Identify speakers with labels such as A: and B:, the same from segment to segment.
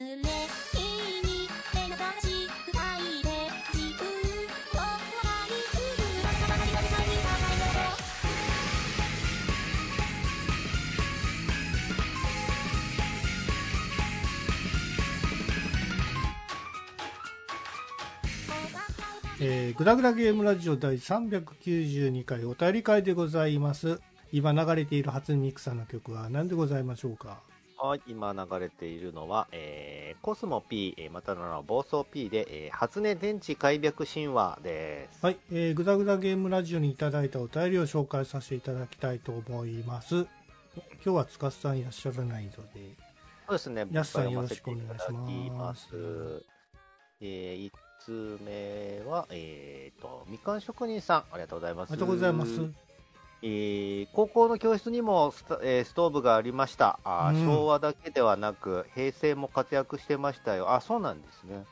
A: うれいに目立ち二いで自分を笑いつぶらかりかりかりかりよ
B: えー、グラグラゲームラジオ第392回お便り会でございます。今流れている初音ミクさんの曲は何でございましょうか
C: はい、今流れているのは、えー、コスモ P、えーまたの名は暴走 P で、えー初音電池開闢神話です。
B: はい、えー、グダグダゲームラジオにいただいたお便りを紹介させていただきたいと思います。今日はつかすさんいらっしゃらないので、
C: そうですね、
B: やすさん
C: 僕
B: よ
C: が
B: ろしくお
C: 読
B: 願い
C: ま
B: し
C: せていただき
B: ま
C: ますす。えー、1つ目は、えーと、みかん職人さん、ありがとうございま
B: あ
C: す。
B: りがとうございます。
C: えー高校の教室にもスタ、えーストーブがありましたあー、
B: うん
C: 昭和だけではなく、平成も活躍してましたよ。あ、そうなんですね。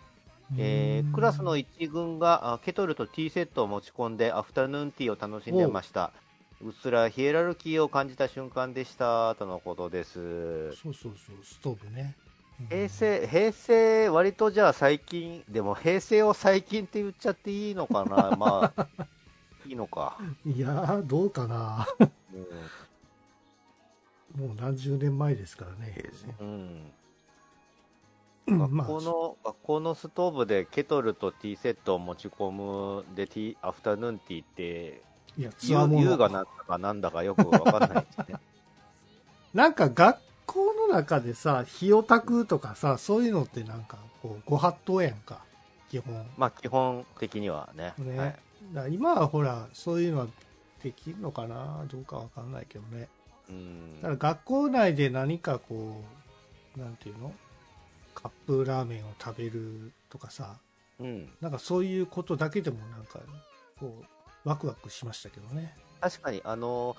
C: えークラスの
B: い
C: 一軍があケトルとティーセットを持ち込んでアフタヌーンティーを楽しんでましたうっすらヒエラルキーを感じた瞬間でしたとのことです
B: そうそうそう、ストーブね。うん
C: 平成平成割とじゃあ最近でも平成を最近って言っちゃっていいのか なまあいいのか、
B: いやー、どうかな。
C: うん
B: もう何十年前ですからね。
C: うん
B: うんま
C: 学
B: あ
C: 校の、学校のストーブでケトルとティーセットを持ち込むでティーアフタヌーンティーって
B: いや、つ
C: 優
B: わもの
C: 優雅なんだかなんだかよくわかんないですね
B: なんか学校の中でさ、火を焚くとかさ、そういうのってなんか、こう、ご法度やんか、基本。
C: まあ基本的にはね。
B: ね
C: はい、
B: だから今はほら、そういうのはできるのかなどうかわかんないけどね。
C: うん
B: だから学校内で何かこう、なんていうのカップラーメンを食べるとかさ、
C: うん
B: なんかそういうことだけでもなんか、こう、ワクワクしましたけどね。
C: 確かに、あの、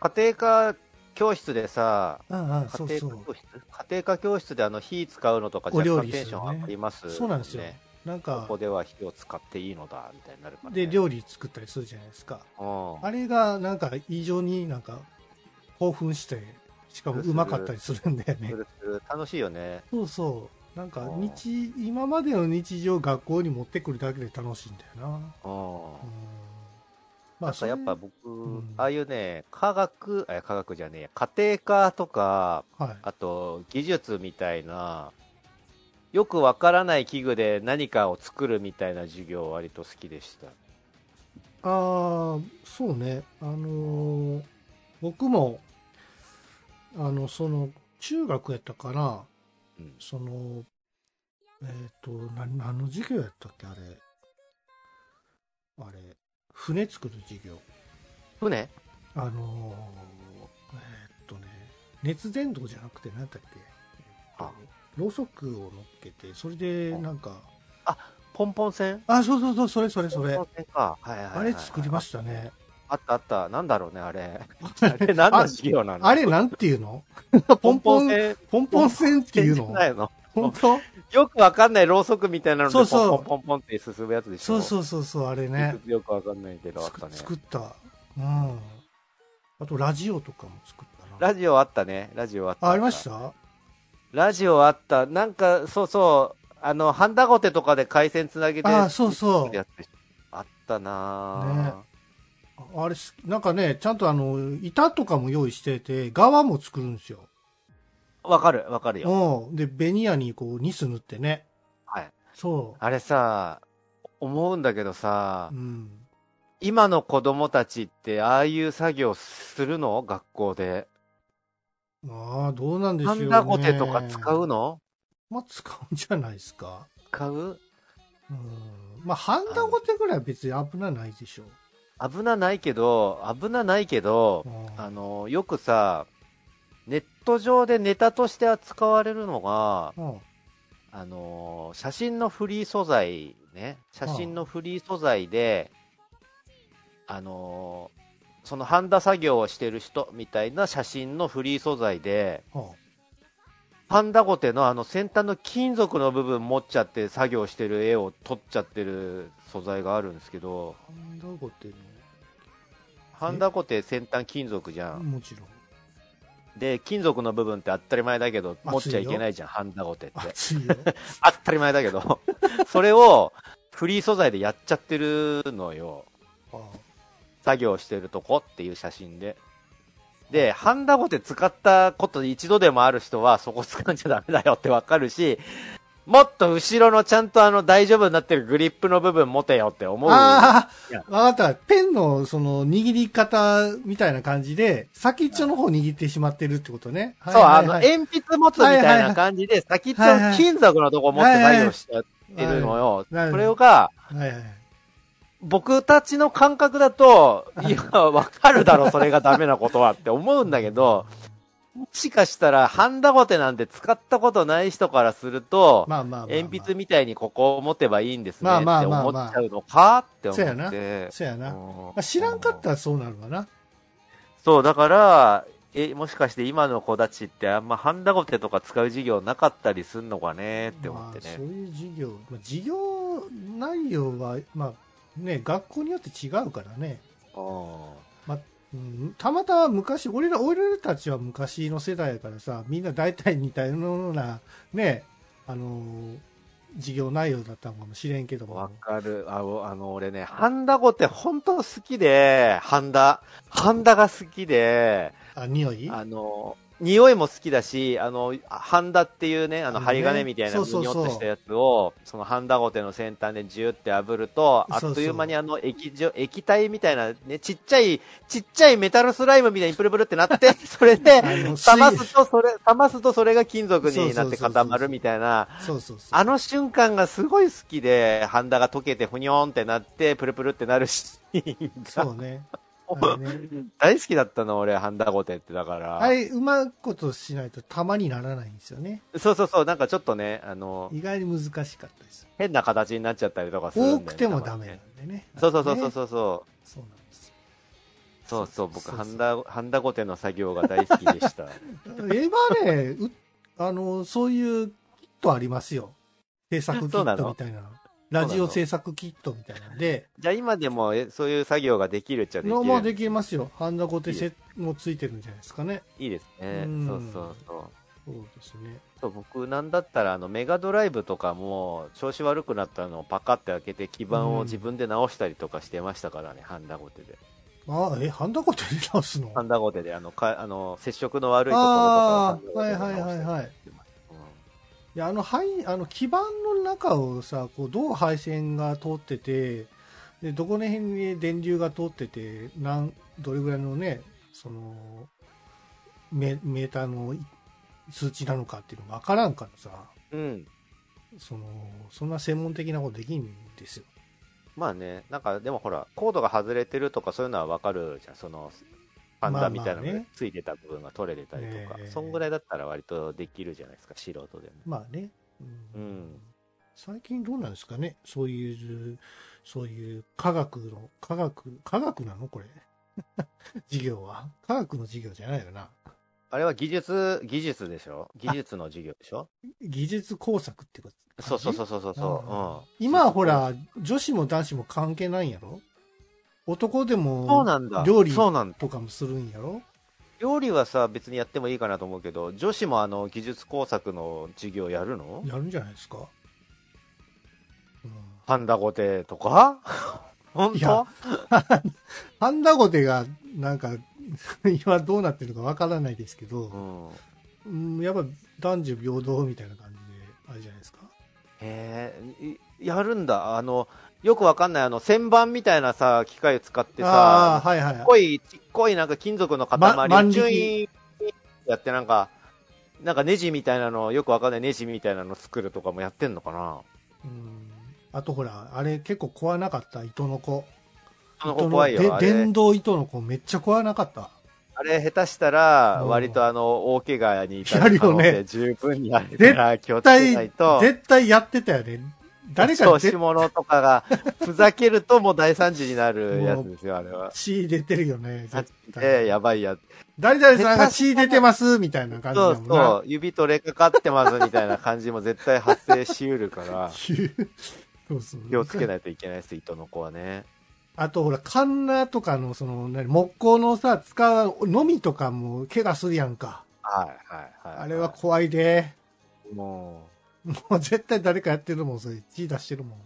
C: 家庭科教室でさ、
B: うんうん、そう
C: 家
B: そ
C: 庭科
B: う。
C: 教室家庭科教室であの火使うのとか
B: お料
C: 若
B: 理
C: 干テンション上がります、
B: そうなんですよ
C: ね。
B: なん
C: こ
B: か
C: こ、では火を使っていいのだ、みたいになるから、ね。
B: で、料理作ったりするじゃないですか。
C: うん
B: あれがなんか異常になんか興奮して、しかもうまかったりするんだよね
C: す。るする楽しいよね。
B: そうそう。なんか
C: うん
B: 日、今までの日常を学校に持ってくるだけで楽しいんだよな。
C: うん。
B: うんま
C: なんかやっぱ僕、
B: ん
C: ああいうね、科学、え科学じゃねえや、家庭科とか、
B: ぱ、はい。
C: あと、技術みたいな、よくわからない器具で何かを作るみたいな授業割と好きでした。
B: ああ、そうね。あのー僕も、あの、その、中学やったから、
C: うん
B: その、えっ、と、な、何の授業やったっけあれ。あれ、船作る授業。
C: 船
B: あのーえーっとね、熱伝導じゃなくて何だっけ、えーっ
C: あ
B: とろうそくを乗っけて、それでなんか、
C: ポンポン船
B: あ、そうそうそう、それそれそれ
C: ポン。ポン船か。はいはいはい、
B: あれ作りま
C: し
B: したね。
C: た。あったあった。なんだろうね、あれ。あれ何の授業なの
B: あれなんていう のポ
C: ポ
B: ン
C: ン
B: ポ
C: ポ
B: ン
C: ン、船っ
B: ポンポン線っていうの
C: ないの
B: 本当
C: よくわかんないろうそくみたいなので
B: そうそう
C: ポンポンポンポンって進むやつでし
B: そ
C: ょ
B: うそうそうそう、あれ
C: う
B: ね。
C: よくわかんないけど、
B: つ
C: あった
B: く
C: ね。
B: 作った。うん。あとラジオとかも作ったな。
C: ラジオあったね。ラジオあった。
B: あ、ありました
C: ラジオあった。なんか、そうそう。あの、ハンダゴテとかで回線つなげて。
B: あそうそう
C: やってあったな
B: あれ好き、なんかね、ちゃんとあの、板とかも用意してて、側も作るんですよ。
C: ぁわかる、わかるよ。
B: うん。で、ベニヤにこう、ニス塗ってね。
C: はい。
B: そ
C: あれさ、思うんだけどさ
B: う。う、ん。
C: 今の子供たちってああいう作業するの学校で。
B: まあ、どうなんでしょ
C: ハ
B: うね。
C: ンダゴテとか使うの
B: まあ、使うんじゃないですか。
C: 使う
B: うん。まあ、ハンダゴテぐらいは別に危なないでしょ
C: 危なないけど、危なないけど
B: う。、
C: あ
B: う
C: の、よくさ、ネット上でネタとして扱われるのが、
B: ん。うん。
C: あのー写真のフリー素材ね、写真のフリー素材で、あのーそのハンダ作業をしてる人みたいな写真のフリー素材で、
B: うん
C: パンダゴテのあの先端の金属の部分持っちゃって作業してる絵を撮っちゃってる素材があるんですけど、
B: ハンダゴテ
C: ハンダゴテ先端金属じゃ
B: の、
C: ん。
B: もちろん。
C: で金属の部分って当たり前だけど持っ
B: 熱い
C: ちゃ
B: よ
C: いけないじゃんハンダゴテって
B: 熱 いよ。
C: 当たり前だけどそれをフリー素材でやっちゃってるのよ
B: あ
C: 作業してるとこっていう写真ででハンダゴテ使ったこと一度でもある人はそこ使んじゃダメだよってわかるしもっと後ろのちゃんとあの大丈夫になってるグリップの部分持てよって思う
B: あ
C: いや
B: ー、わかった。ペンのその握り方みたいな感じで、先っちょの方握ってしまってるってことね。はい
C: そう、
B: は
C: あ
B: い
C: の、
B: はい
C: 鉛筆持つみたいな感じで、先っちょ
B: はいはい
C: 金属のとこ持って作業しちゃってるのよ。
B: はいはい
C: それが、
B: はいはいはい
C: 僕たちの感覚だと、いや、わかるだろ、それがダメなことはって思うんだけど、もしかしたら、ハンダゴテなんて使ったことない人からすると、
B: まあまあまあまあ。
C: 鉛筆みたいにここを持てばいいんですね
B: ま
C: っ
B: あ
C: て
B: まあまあ
C: 思っちゃうのかって思
B: そうや
C: っ
B: な
C: て。
B: そうやな。ま
C: うん
B: あ、知らんかったらそうなるわな。
C: そう、だから、え、もしかして今の子たちってあんまハンダゴテとか使う授業なかったりすんのかねって思って
B: まあ、
C: ね
B: そう。いう授業、まあ、授業内容は、まあね、学校によって違うからね、うん、たまたま昔俺ら俺らたちは昔の世代やからさみんな大体似たような、ねあのー授業内容だったのかもしれんけど
C: うんわ
B: も
C: かる。あおあの、俺ね、ハンダゴテ本当好きで、ハンダ。ハンダが好きで、
B: あ匂い
C: あの、匂いも好きだし、あの、ハンダっていうね、あの、
B: あのね
C: 針金みたいな
B: そ
C: ふ
B: う
C: に
B: そう
C: ょ
B: そう
C: っとしたやつを、そのハンダゴテの先端でジューって炙ると、あ
B: そうそう
C: っという間にあの液状、液体みたいな、ね、ちっちゃい、ちっちゃいメタルスライムみたいにプルプルって なって、それで、
B: あの
C: 冷
B: 水
C: ますとそれ、冷ますとそれが金属になっ
B: そ
C: て
B: うそうそうそう
C: 固まるみたいな、
B: そうそうそう
C: あの瞬間がすごい好きで、ハンダが溶けてふにょーんってなって、プルプルってなるし、
B: そう ねあれね
C: 大好きだったの、俺、ハンダゴテってだから。
B: あれうまいことしないと玉にならないんですよね
C: そうそうそう、なんかちょっとね、あの、
B: 意外に難しかったです
C: 変な形になっちゃったりとかするんだよ
B: 多
C: ね
B: くてもダ
C: たま
B: メな
C: にね
B: んでね
C: そうそうそうそう
B: ね
C: そうそう。
B: そうなんですよ
C: そうそう、
B: そう
C: 僕、
B: そう
C: ハンダ、ハンダゴテの作業が大好きで した。
B: エヴァね、う あの、そういうキットありますよ。制作キ
C: そうな
B: ット
C: の
B: みたいなの。ラジオ制作キットみたいなんで、
C: じゃあ今でも、えそういう作業ができるっちゃでき
B: のも
C: る。
B: できますよ。ハンダゴテセもついてるんじゃないですかね。
C: いいですね
B: う。ん
C: そうそうそ
B: そ
C: う。
B: うですね。
C: そう僕なんだったらあのメガドライブとかも調子悪くなったのをパカって開けて基板を自分で直したりとかしてましたからね、ハンダゴテで
B: ああ、え、ハンダゴテで直すの
C: ハンダゴテであのかあの接触の悪いところと
B: あ
C: か
B: あ、はいはいはいはい。いや、あの、はい、あの、基板の中をさ、こう、どう配線が通ってて、で、どこの辺に電流が通ってて、なん、どれぐらいのね、その、メメーターのい数値なのかっていうのわからんからさ、
C: うん、うん
B: その、そんな専門的なことできんですよ。
C: まあねなんかでもほらコードが外れてるとかそういうのはわかるじゃんそのハン
B: まあま
C: ダ
B: あね
C: みたいなのでついてた部分が取れてたりとか、
B: ええ
C: そんぐらいだったら割とできるじゃないですか素人でも
B: まあね。う
C: うん
B: 最近どうなんですかねそういう、そういう科学の、科学、科学なのこれ。 授業は。科学の授業じゃないよな。
C: あれは技術技術でしょ技術の授業でしょ
B: 技術工作ってこと。
C: そうそうそううそうそう
B: あ
C: そう、うん、
B: 今はほら、女子も男子も関係ないんやろ男で
C: そう
B: も
C: なんだ。
B: 料理
C: そうなんだ。
B: とかもするんやろ
C: 料理はさ、別にやってもいいかなと思うけど、女子もあの、技術工作の授業やるの
B: やるんじゃないですか。うん、
C: ハンダゴテとか 本
B: いや
C: 当
B: ハンダゴテが、なんか、 今どうなってるかわからないですけ
C: う
B: ど、
C: ん。へ
B: うん、やっぱ男女平等みたいな感じで、あれじゃないですか。
C: え、いやるんだ。あの、よくわかんない、あの、旋盤みたいなさ、機械を使ってさ
B: あ、あ、はいは
C: ちっ
B: い。
C: こい、ちっこいなんか金属の塊
B: ま万
C: を
B: 力
C: チュイーンやってなんか、なんかネジみたいなの、よくわかんないネジみたいなの作るとかもやってんのかな
B: うん、あとほら、あれ結構怖なかった、糸の子。
C: あの怖いよ、あ
B: で
C: れ。
B: 電動糸の子めっちゃ怖なかった。
C: あれ、下手したら、
B: うん
C: 割とあの、大怪我に至
B: やる
C: る可
B: よ
C: 能
B: ね
C: 性十分にあるから、気をつけない
B: 絶対、
C: と、
B: 絶対やってたよね。誰か
C: 調
B: 絶
C: 子者とかが、ふざけるともう大惨事になるやつですよ、あれは。
B: 血出てるよね。絶
C: ええ、
B: 対
C: やばいやつ。
B: 誰々さんが血出てます、みたいな感じ
C: そ
B: だも
C: う
B: ん
C: そ
B: な。
C: う、指取れかかってますみたいな感じも絶対発生しう るから、
B: そうそう。
C: 気をつけないといけないです、糸の子はね。
B: あとほら、カンナとかの、その、何木工のさ、使う、のみとかも怪我するやんか。
C: はいはいはい。
B: あれは怖いで。
C: もう、
B: もう絶対誰かやってるもん、それ。血出してるもん。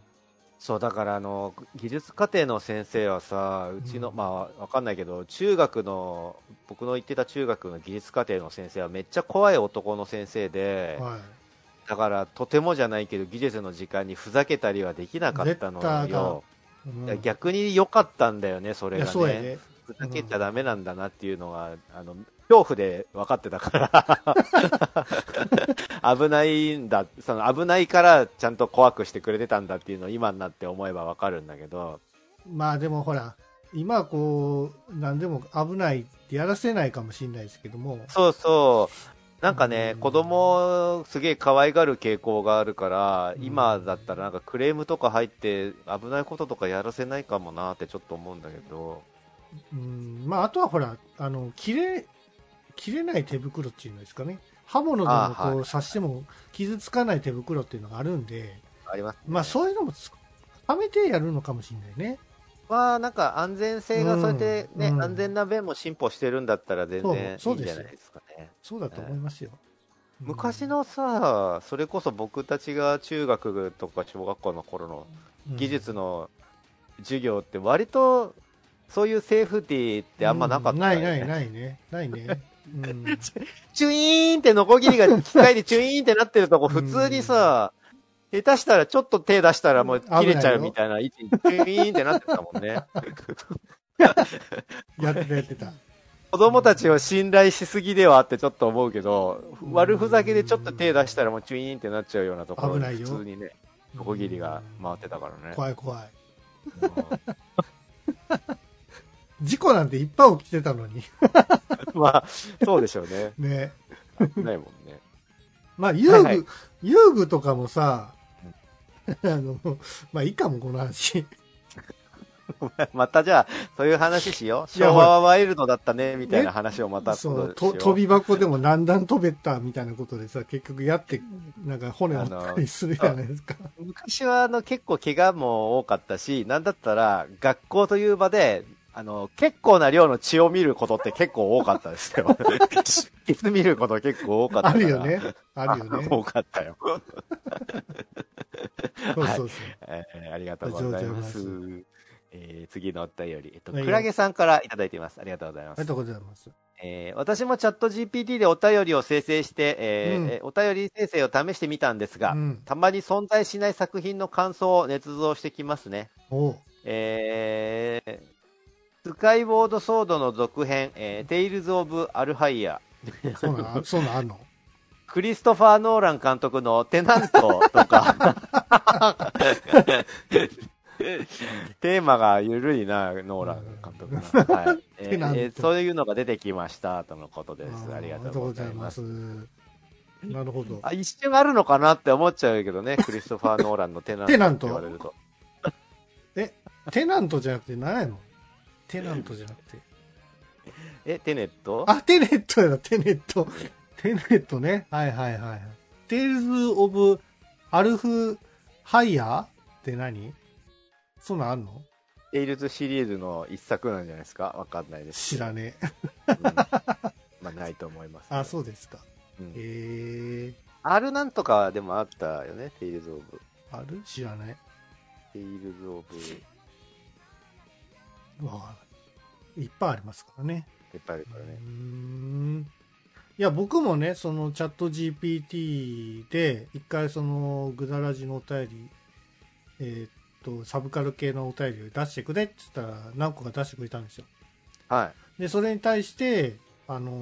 C: そう、だからあの、技術課程の先生はさ、うちの、
B: うん
C: まあ、わかんないけど、中学の、僕の行ってた中学の技術課程の先生はめっちゃ怖い男の先生で、
B: はい。
C: だからとてもじゃないけど、技術の時間にふざけたりはできなかったの
B: 絶対あかん
C: よ。
B: うん
C: いや逆に良かったんだよね、そ
B: い
C: れ
B: や、
C: が
B: そうや
C: ね。
B: で。
C: ふざけちゃダメなんだなっていうのは、あの、恐怖で分かってたから。 危ないんだ、その危ないからちゃんと怖くしてくれてたんだっていうのを今になって思えば分かるんだけど、
B: まあでもほら、今はこう、何でも危ないってやらせないかもしれないですけども、
C: そうそう、なんかね
B: う、ん
C: 子供すげえ可愛がる傾向があるから、
B: うん
C: 今だったらなんかクレームとか入って危ないこととかやらせないかもなってちょっと思うんだけど、
B: うん、まああとはほら、あの、切れ、切れない手袋っていうんですかね。刃物でも
C: あは
B: こう刺しても傷つかない手袋っていうのがあるんで、
C: あります、ね。
B: まあそういうのもつ、はめてやるのかもしれないね。
C: まあなんか安全性が、
B: うん
C: それでね、
B: うん
C: 安全な弁も進歩してるんだったら全然い
B: そ
C: い
B: うんそう
C: じ
B: です
C: ゃ
B: よ
C: ないですかね。
B: そうだと思いますよ。うん
C: 昔、のさ、それこそ僕たちが中学とか小学校の頃の
B: うん
C: 技術の授業って割とそういうセーフティーってあんまなかった、ね
B: うんないないないね。ないね。うん、
C: チュイーンってノコギリが機械でチュイーンってなってるとこ普通にさ、下手したらちょっと手出したらもう切れちゃうみたいな位置にチュイーンってなってたもんね。
B: やってたやってた。
C: 子供たちを信頼しすぎではってちょっと思うけど、
B: うん
C: 悪ふざけでちょっと手出したらもうチュイーンってなっちゃうようなところ
B: 危
C: に
B: ない
C: 普
B: よ
C: 通にね、ノコギリが回ってたからね。
B: 怖い怖い。
C: う
B: 事故なんていっぱい起きてたのに。
C: ん まあ、そうでしょうね。
B: ね。
C: 危ないもんね。
B: まあ、遊具、
C: はいはい
B: 遊具とかもさ、 あの、まあ、いいかも、この話。
C: またじゃあ、そういう話しよう。
B: いや
C: 昭和はワイルドだったね、みたいな話をまた
B: そ
C: 今度
B: う、
C: しよ
B: と飛び箱でも何段飛べたみたいなことでさ、結局やって、なんか骨折ったりするじゃないですか。
C: 昔はあの結構怪我も多かったし、なんだったら学校という場で、あの、結構な量の血を見ることって結構多かったです よ。血見ること結構多かった
B: あ
C: から
B: るよね。あるよね。
C: 多かったよ。
B: そうそうそう。
C: えーありがとうございます
B: ありがとう。
C: えー次のお便り、えっと、
B: はいよ
C: クラゲさんからいただいています。ありがとうございま
B: ありが
C: す
B: と。うございます。
C: えー私もチャット GPT でお便りを生成して、えー
B: うん
C: えーお便り生成を試してみたんですが、
B: うん。
C: たまに存在しない作品の感想を捏造してきますね。
B: おう
C: えースカイボードソードの続編、えー、テイルズ・オブ・アルハイア、
B: そうなん、 そうなんあんの
C: クリストファー・ノーラン監督のテナント とか、テーマが緩いな、ノーラン監 督の。はいえ
B: テナン
C: ー
B: ト
C: えーそういうのが出てきました、とのことです。
B: ー
C: ありがとうございます。
B: ありがとうございますなるほど。
C: あ一瞬あるのかなって思っちゃうけどね、クリストファー・ノーランのテナント
B: テ
C: って
B: ナン
C: 言われ
B: ト
C: ると。
B: テナントじゃなくて何やのテナントじゃなくて。
C: え、テネット
B: あ、テネットだ、テネット。テネットね。はいはいはいはい。テイルズ・オブ・アルフ・ハイヤーって何そんなんあんの
C: テイルズシリーズの一作なんじゃないですかわかんないです。
B: 知らねえ。
C: うんまあ、ないと思います、
B: あ、そうですか。
C: うん。
B: えー、
C: R なんとかでもあったよね、テイルズ・オブ。
B: ある知らない。
C: テイルズ・オブ。い
B: わかんない。いっぱいありますからね。
C: っぱいあるか
B: う
C: ら
B: ー
C: ね。
B: ん。いや、僕もね、そのチャット GPT で、一回その、ぐだらじのお便り、えーっと、サブカル系のお便りを出してくれって言ったら、何個か出してくれたんですよ。
C: は
B: で、それに対して、あの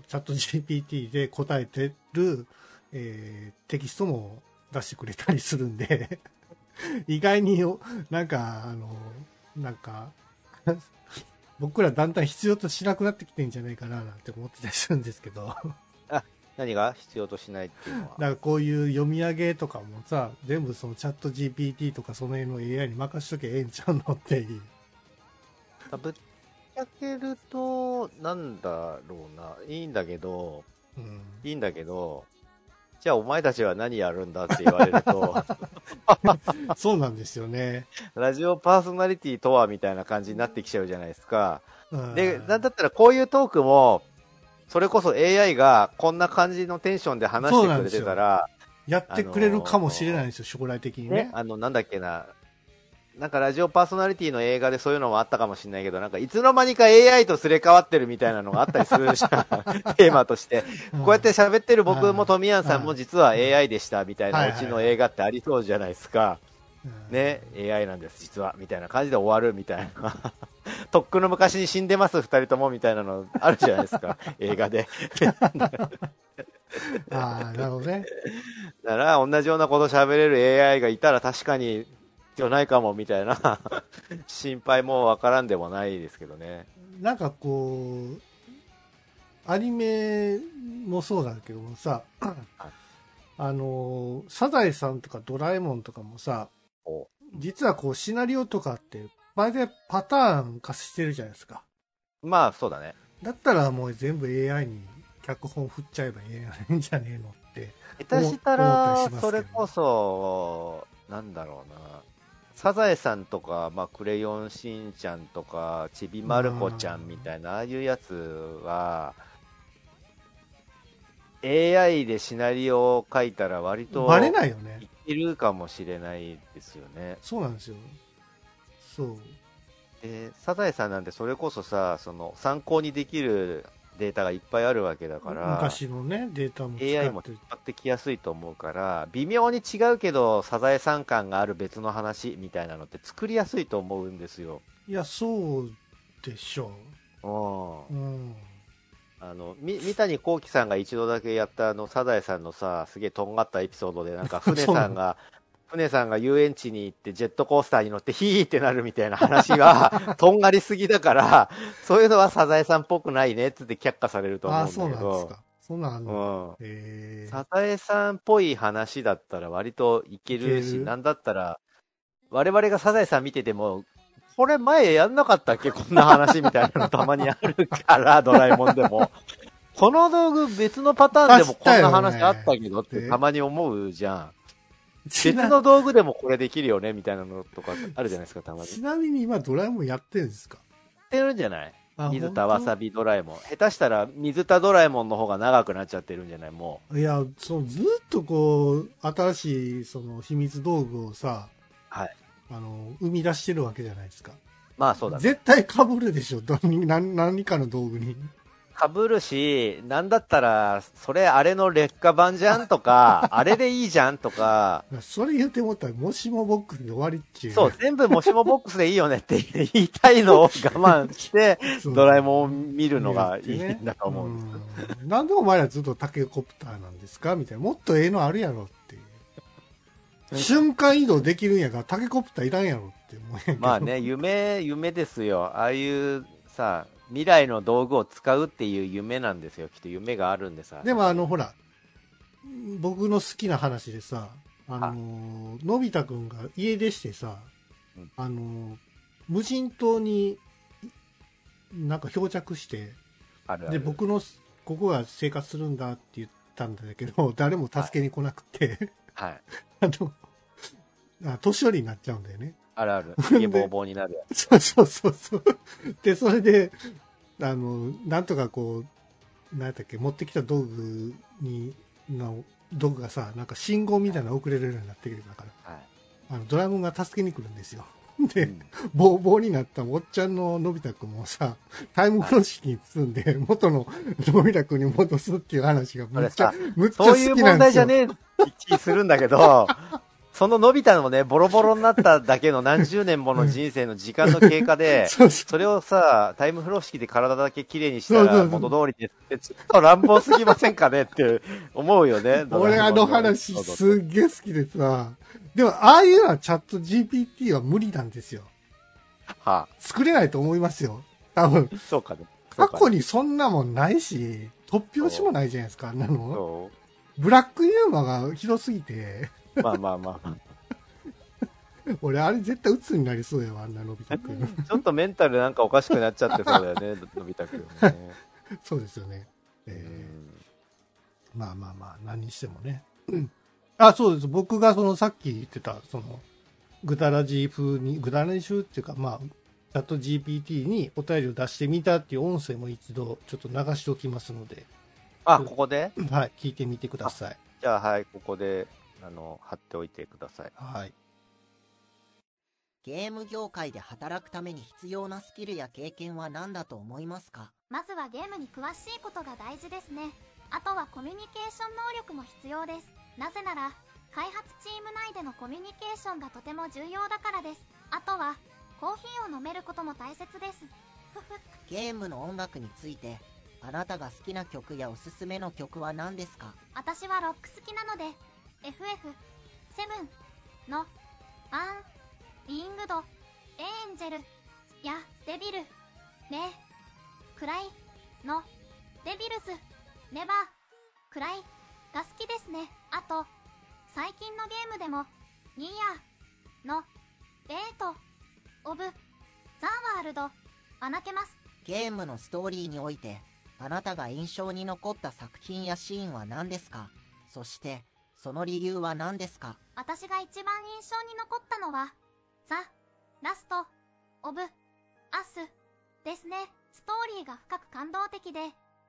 B: ー、チャット GPT で答えてる、えーテキストも出してくれたりするんで、 意外によ、なんか、あのーなんか、僕らだんだん必要としなくなってきてんじゃないかななんて思ってたりするんですけど、 だか
C: い。何が必要としないっていうのは。
B: らこういう読み上げとかもさ、全部そのチャット GPT とかその辺の AI に任しとけばええんちゃうのっていう。
C: ぶっちゃけると、なんだろうな。いいんだけど、
B: うん
C: いいんだけど、じゃあお前たちは何やるんだって言われると、
B: そうなんですよね。
C: ラジオパーソナリティとはみたいな感じになってきちゃうじゃないですか。
B: うん
C: で、なんだったらこういうトークも、それこそ AI がこんな感じのテンションで話してくれてたら、
B: やってくれるかもしれないんですよ、将来的にね。
C: あの、なんだっけな、なんかラジオパーソナリティの映画でそういうのもあったかもしれないけど、なんかいつの間にか AI とすれ替わってるみたいなのがあったりするじゃ ん、テーマとして。こうやって喋ってる僕も富安さんも実は AI でしたみたいなうちの映画ってありそうじゃないですか。
B: うん、
C: ね、AI なんです、実は、みたいな感じで終わるみたいな。 とっくの昔に死んでます、二人とも、みたいなのあるじゃないですか、映画で。
B: ああ、なるほど ね。
C: なら、同じようなこと喋れる AI がいたら確かに、必要ないかも、みたいな、 心配もわからんでもないですけどね。
B: なんかこう、アニメもそうだけどもさ、あの、サザエさんとかドラえもんとかもさ
C: お、
B: 実はこうシナリオとかって、毎回パターン化してるじゃないですか。
C: まあ、そうだね。
B: だったらもう全部 AI に脚本振っちゃえばいいんじゃねえのって。
C: 下手した
B: 思ったり
C: ら
B: しま、すけ
C: そ
B: どね
C: れこそ、なんだろうな。サザエさんとか、まあ、クレヨンしんちゃんとか、ちびまる子ちゃんみたいな、ああいうやつは、AI でシナリオを書いたら割と、
B: バレないよね。
C: いるかもしれないですよね。
B: そうなんですよ。そう。
C: で、サザエさんなんてそれこそさ、その、参考にできるデータがいっぱいあるわけだから、
B: 昔のね、データも使
C: AI も
B: って
C: 引っ張ってきやすいと思うから、微妙に違うけど、サザエさん感がある別の話みたいなのって作りやすいと思うんですよ。
B: いや、そうでしょ
C: う
B: う。
C: ん。
B: うん。
C: あの、み、三谷幸喜さんが一度だけやったあの、サザエさんのさ、すげえとんがったエピソードで、な んか船
B: そうな
C: さ
B: の
C: んが、船さんが遊園地に行ってジェットコースターに乗ってヒーってなるみたいな 話は、とんがりすぎだから、そういうのはサザエさんっぽくないねっつって却下されると
B: ああ、
C: 思
B: そううんな
C: だ
B: ん
C: け
B: です
C: ど。
B: か。そんなんあんの
C: うん。
B: えー
C: サザエさんっぽい話だったら割といける
B: い
C: し、
B: ける
C: なんだったら、我々がサザエさん見てても、これ前やんなかったっけ こんな話みたいなのたまにある から、ドラえもんでも。この道具別のパターンでもこんな話あったけどってたまに思うじゃん。
B: ち
C: 別
B: な
C: の道具でもこれできるよねみたいなのとかあるじゃないですか、たまに。
B: ちなみに今ドラえもんやってるんですか
C: 知ってるんじゃない
B: あ
C: 水田わさ
B: 本
C: びドラえもん。下手したら水田ドラえもんの方が長くなっちゃってるんじゃないも
B: 当いや、そう、ずっとこう、新しい、その、秘密道具をさ、
C: はい。
B: あの、生み出してるわけじゃないですか。
C: う。まあそうだね。
B: 絶対被るでしょ、どに何何かの道具に。
C: かぶるし、なんだったら、それあれの劣化版じゃんと か、あれでいいじゃんとか、
B: それ言ってもったら、もしもボックスで終わりっちゅう。
C: そう、全部もしもボックスでいいよねって言いたいのを我慢して、
B: そう
C: ドラえもんを見るのがいいんだと思うんです。
B: うんなんでお前らずっとタケコプターなんですかみたいな。もっとええのあるやろっていう。瞬間移動できるんやから、タケコプターいらんやろって思う
C: まあね、夢、夢ですよ。ああいうさ、未来の道具を使うっていう夢なんですよ。きっと夢があるんでさ。
B: でもあの、ほら、僕の好きな話でさ、あの、のび太くんが家出してさ
C: うん、
B: あの、無人島になんか漂着して、
C: あるある
B: で、僕の、ここが生活するんだって言ったんだけど、誰も助けに来なくて、
C: はい。
B: あの、あ年寄りになっちゃうんだよね。
C: あるある。家ぼうぼうになるや
B: そうそうそうそう。で、それで、あの、なんとかこう、なんだっけ、持ってきた道具に、の、道具がさ、なんか信号みたいなの送れるようになってくるから、
C: つ。はい。
B: あの、ドラえもんが助けに来るんですよ。
C: う
B: で、
C: ん
B: ボーボーになったおっちゃんののび太くんもさ、タイム風呂敷に包んで、元ののび太くんに戻すっていう話がむっちゃ
C: そ、
B: むっちゃ
C: そ
B: 好
C: ういう
B: きなんで
C: 問題
B: す
C: じゃ
B: よ。
C: ねえ気するんだけど、そののび太のね、ボロボロになっただけの何十年もの人生の時間の経過で、
B: そうそう
C: それをさ、タイム風呂敷で体だけ綺麗にし
B: そ
C: た
B: うそう
C: ら
B: そう
C: 元通りですって、ちょっと乱暴すぎませんかねって思うよね。
B: 俺あの話すっげえ好きでさ、でもああいうのはチャット GPT は無理なんですよ。
C: は
B: 作れないと思いますよ。多分、
C: あ、そうかね。そ
B: 過
C: うかね
B: 去にそんなもんないし、突拍子もないじゃないですか、あんなの。
C: そ
B: ブラックユーマがひどすぎて、
C: うまあまあまあま
B: 俺あれ絶対鬱になりそうよ、あんなのび太くん。
C: あ。ちょっとメンタルなんかおかしくなっちゃってそうだよね、のび太くんね。
B: そうですよね。 え
C: う
B: ー
C: ん
B: まあまあまあ、何にしてもね。あ、そうです。僕がそのさっき言ってた、その、ぐだらじ風に、ぐだらじ風っていうか、まあ、チャット GPT にお便りを出してみたっていう音声も一度ちょっと流しておきますので、
C: あ、ここで
B: はい、聞いてみてください。
C: じゃあ、はい、ここで、あの、貼っておいてください。
B: はい。
D: ゲーム業界で働くために必要なスキルや経験は何だと思いますか
E: まずはゲームに詳しいことが大事ですね。あとはコミュニケーション能力も必要です。なぜなら、開発チーム内でのコミュニケーションがとても重要だからです。あとは、コーヒーを飲めることも大切です。
D: ゲームの音楽についてあなたが好きな曲やおすすめの曲は何ですか
E: 私はロック好きなので、FF7 のアン、リングド、エンジェルやデビル、ね、クライのデビルズ、ネバー、クライが好きですね。あと、最近のゲームでも、ニーヤのレート、オブ、ザ・ワールド、あなけます。
D: ゲームのストーリーにおいてあなたが印象に残った作品やシーンは何ですかそしてその理由は何ですか
E: 私が一番印象に残ったのは、ザ・ラスト・オブ・アスですね。ストーリーが深く感動的で、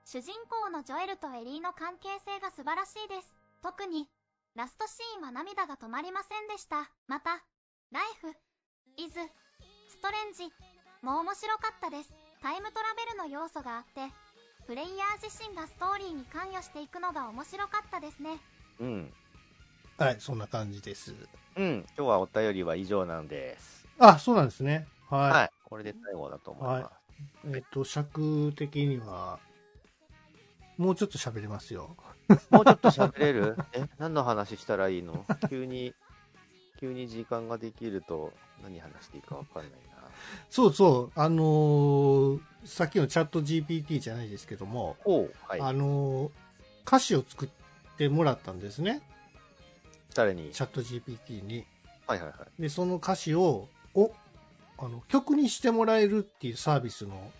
E: 主人公のジョエルとエリーの関係性が素晴らしいです。特に、ラストシーンは涙が止まりませんでした。また、ライフ・イズ・ストレンジも面白かったです。タイムトラベルの要素があって、プレイヤー自身がストーリーに関与していくのが面白かったですね。
C: うん。
B: はい、そんな感じです。
C: うん。今日はお便りは以上なんです。
B: あ、そうなんですね。
C: はい。
B: は
C: これで最後だと思います。
B: ははい。えっと、尺的には、もうちょっと喋れますよ。
C: もうちょっと喋れる え、何の話したらいいの急に、急に時間ができると、何話していいかわかんないな。
B: そうそう、あのーさっきのチャット GPT じゃないですけども、
C: おう、はい。
B: あのー歌詞を作ってもらったんですね、
C: 誰に
B: チャット GPT に。
C: はいはいはい。
B: で、その歌詞を、おあの曲にしてもらえるっていうサービスの、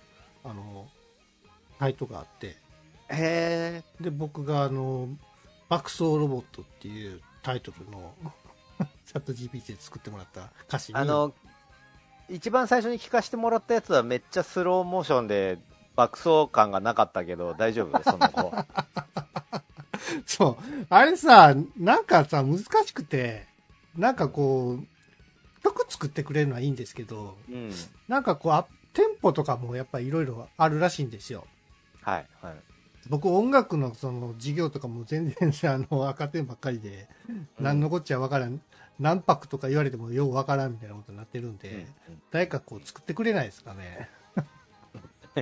B: あのーサイトがあって、
C: へえ。
B: で、僕が、あのー爆走ロボットっていうタイトルの、 チャット GPT で作ってもらった歌詞に、
C: あの、一番最初に聞かせてもらったやつはめっちゃスローモーションで爆走感がなかったけど、大丈夫その 後。
B: そう。あれさ、なんかさ、難しくて、なんかこう、曲作ってくれるのはいいんですけど、
C: うん。
B: なんかこう、アップテンポとかもやっぱいろいろあるらしいんですよ。
C: はい。はい。
B: 僕音楽のその授業とかも全然さ、あの、赤点ばっかりで、
C: うん
B: 何のこっちゃわからん、何泊とか言われてもようわからんみたいなことになってるんで、
C: うん、
B: 誰かこう作ってくれないですかね。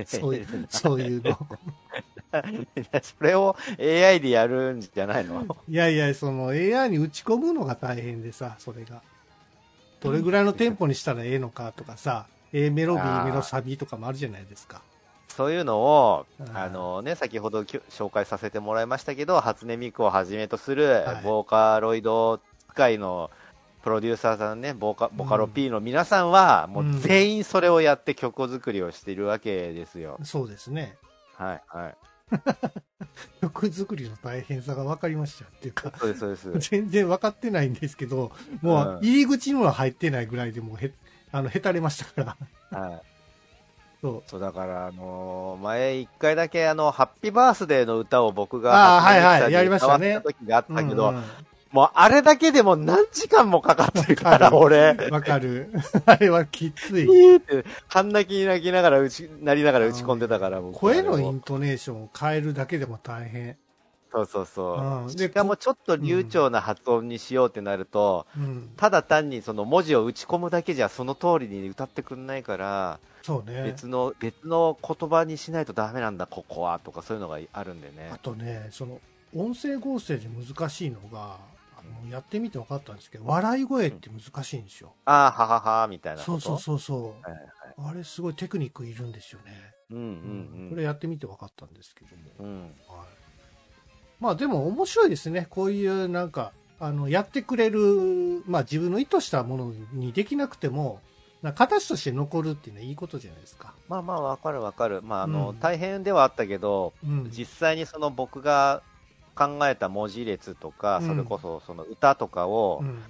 B: そういうそういうの。
C: それを AI でやるんじゃないの
B: いやいや、その AI に打ち込むのが大変でさ、それが。どれぐらいのテンポにしたらええのかとかさ、A メロ、B
C: あー
B: メロ、サビとかもあるじゃないですか。
C: そういうのを
B: う、ん
C: あのね、先ほどきょ紹介させてもらいましたけど、初音ミクをはじめとする
B: はい、
C: ボーカロイド使いのプロデューサーさんね、ボーカボカロ P の皆さんは、もう全員それをやって曲作りをしているわけですよ。
B: そうですね。
C: はい、はい。
B: 曲作りの大変さが分かりましたっていうか、
C: そうです、そ うです。
B: 全然分かってないんですけど、もう
C: うん
B: 入り口にも入ってないぐらいでもうへ、あの、へたれましたから。
C: はい、
B: そう。
C: そうだから、あのー前一回だけあの、ハッピーバースデーの歌を僕が、
B: あーはいはい
C: 初音ミクさんに
B: やりましたね
C: 歌わせ時があったけど、
B: うんうん
C: もうあれだけでも何時間もかかってるから、俺。
B: わかる。 あれはきつい。
C: って、半泣き泣きながら打ち、なりながら打ち込んでたから、僕
B: 声の
C: あれ
B: イ
C: を
B: ントネーションを変えるだけでも大変。
C: そうそう
B: う
C: そ
B: ん
C: う。
B: で
C: しかもちょっと流暢な発音にしようってなると、
B: うん。
C: ただ単にその文字を打ち込むだけじゃその通りに歌ってくんないから、
B: そうね。
C: 別の、別の言葉にしないとダメなんだ、ここは、とかそういうのがあるんでね
B: あ。とね、その音声合成で難しいのが、あのやってみて分かったんですけど、笑い声って難しいんですよ。
C: ああ、ははは、みたいなこ
B: そう
C: と。
B: そうそうそう、
C: はいは
B: あれすごいテクニックいるんですよね。
C: う。うん
B: こ
C: うん
B: れやってみて分かったんですけども。
C: うん。うん。
B: はい、まあでも面白いですね。こういうなんか、あのやってくれる、まあ自分の意図したものにできなくても、なんか形として残るっていうのはいいことじゃないですか。
C: まあまあ、わかるわかる。まあ、あの、
B: うん
C: 大変ではあったけど、
B: うん。
C: 実際にその僕が考えた文字列とか、
B: うん
C: それこそその歌とかを、
B: うん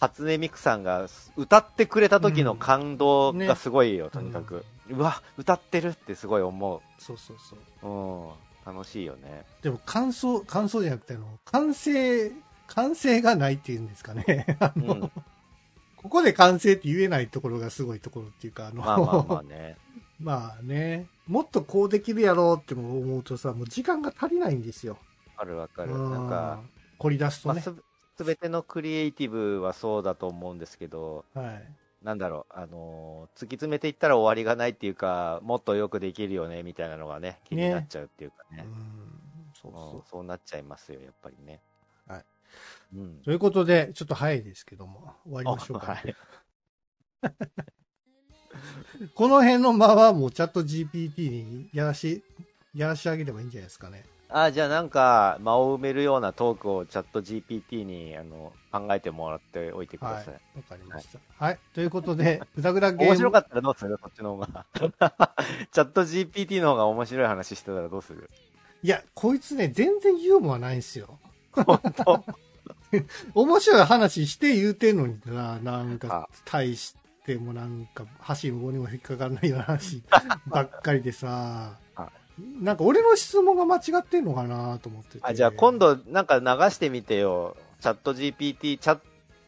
C: 初音ミクさんが歌ってくれた時の感動がすごいよ、とにかく、うわ歌ってるってすごい思
B: そうそうそう
C: う、うん、楽しいよね
B: でも感想感想じゃなくてあの完成完成がないっていうんですかねあ
C: う
B: の、
C: ん
B: ここで完成って言えないところがすごいところっていうかあの
C: まあまあまあね
B: まあねもっとこうできるやろうっても思うとさもう時間が足りないんですよ
C: あるわかる
B: うん
C: なんか、
B: 凝り出すと
C: まあ、
B: ね、
C: すすべてのクリエイティブはそうだと思うんですけど
B: はい
C: なんだろうあのー突き詰めていったら終わりがないっていうかもっとよくできるよねみたいなのがね気になっちゃうっていうかね
B: うんそう
C: うん
B: そ
C: そうなっちゃいますよやっぱりね
B: はい、
C: うん
B: う。ということで、ちょっと早いですけども、終わりましょうか、
C: あはい
B: この辺の間はもうチャット GPT にやらし、やらし上げればいいんじゃないですかね。
C: あじゃあなんか間を埋めるようなトークをチャット GPT にあの考えてもらっておいてくだ
B: は
C: さい、
B: い。わかりました。はい。ということで、ぐだぐだゲーム。
C: 面白かったらどうするこっちの方が チャット GPT の方が面白い話してたらどうする
B: いや、こいつね、全然ユーモアないんですよ。
C: 本当
B: 面白い話して言うてんのにな、なん
C: あ
B: か、対してもなんか、箸も棒にも引っかからないような 話ばっかりでさ
C: は、
B: なんか俺の質問が間違ってんのかなと思ってて
C: あじゃあ今度なんか流してみてよチャット GPT チャ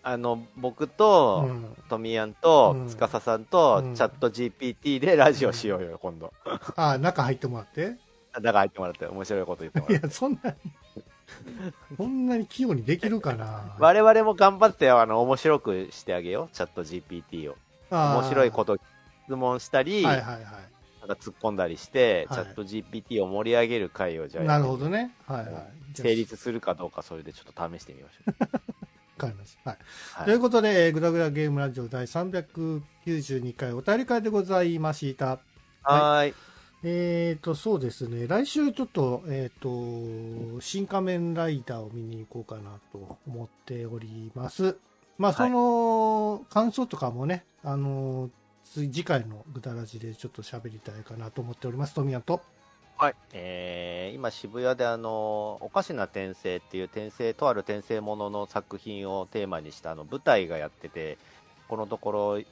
C: あの僕と、
B: うん
C: トミヤンと、
B: うん
C: 司さんと、
B: うん
C: チャット GPT でラジオしようよ、今度。
B: あ、中入ってもら って。
C: だから入ってもらって、面白いこと言っても
B: い
C: らっ
B: や
C: て。、
B: そんなに、こんなに器用にできるかな。
C: 我々も頑張ってよ、あの、面白くしてあげよう、チャット GPT を。
B: あー
C: 面白いこと質問したり、
B: はいはいは
C: なんか突っ込んだりして、
B: はい
C: チャット GPT を盛り上げる回をじゃあ
B: い。な
C: やって
B: るほどね。はいはい。じゃあ
C: 成立するかどうか、それでちょっと試してみまし ょう。
B: わかりました。はい。
C: はい
B: ということで、えーグラグラゲームラジオ第392回お便り会でございました。
C: はーい。
B: えーと、そうですね。来週ちょっと、えーと、新仮面ライダーを見に行こうかなと思っております。まあ、
C: は
B: そ
C: い
B: の感想とかもね、あの、つ次回のグダラジでちょっと喋りたいかなと思っております。富谷と。
C: はい。えー、今渋谷であの、おかしな転生っていう転生、とある転生ものの作品をテーマにしたあの舞台がやってて、このところ、え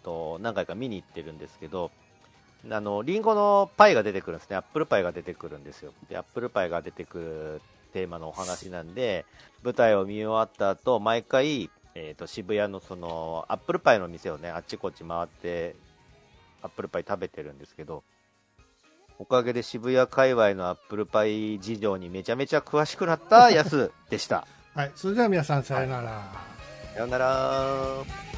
C: ーと、何回か見に行ってるんですけど、あの、リンゴのパイが出てくるんですね。アップルパイが出てくるんですよ。で、アップルパイが出てくるテーマのお話なんで、舞台を見終わった後、毎回、えーと、渋谷のその、アップルパイの店をね、あっちこっち回って、アップルパイ食べてるんですけど、おかげで渋谷界隈のアップルパイ事情にめちゃめちゃ詳しく なったやすでした。
B: はい。それでは皆さん、さようなら。
C: さよなら。
A: 「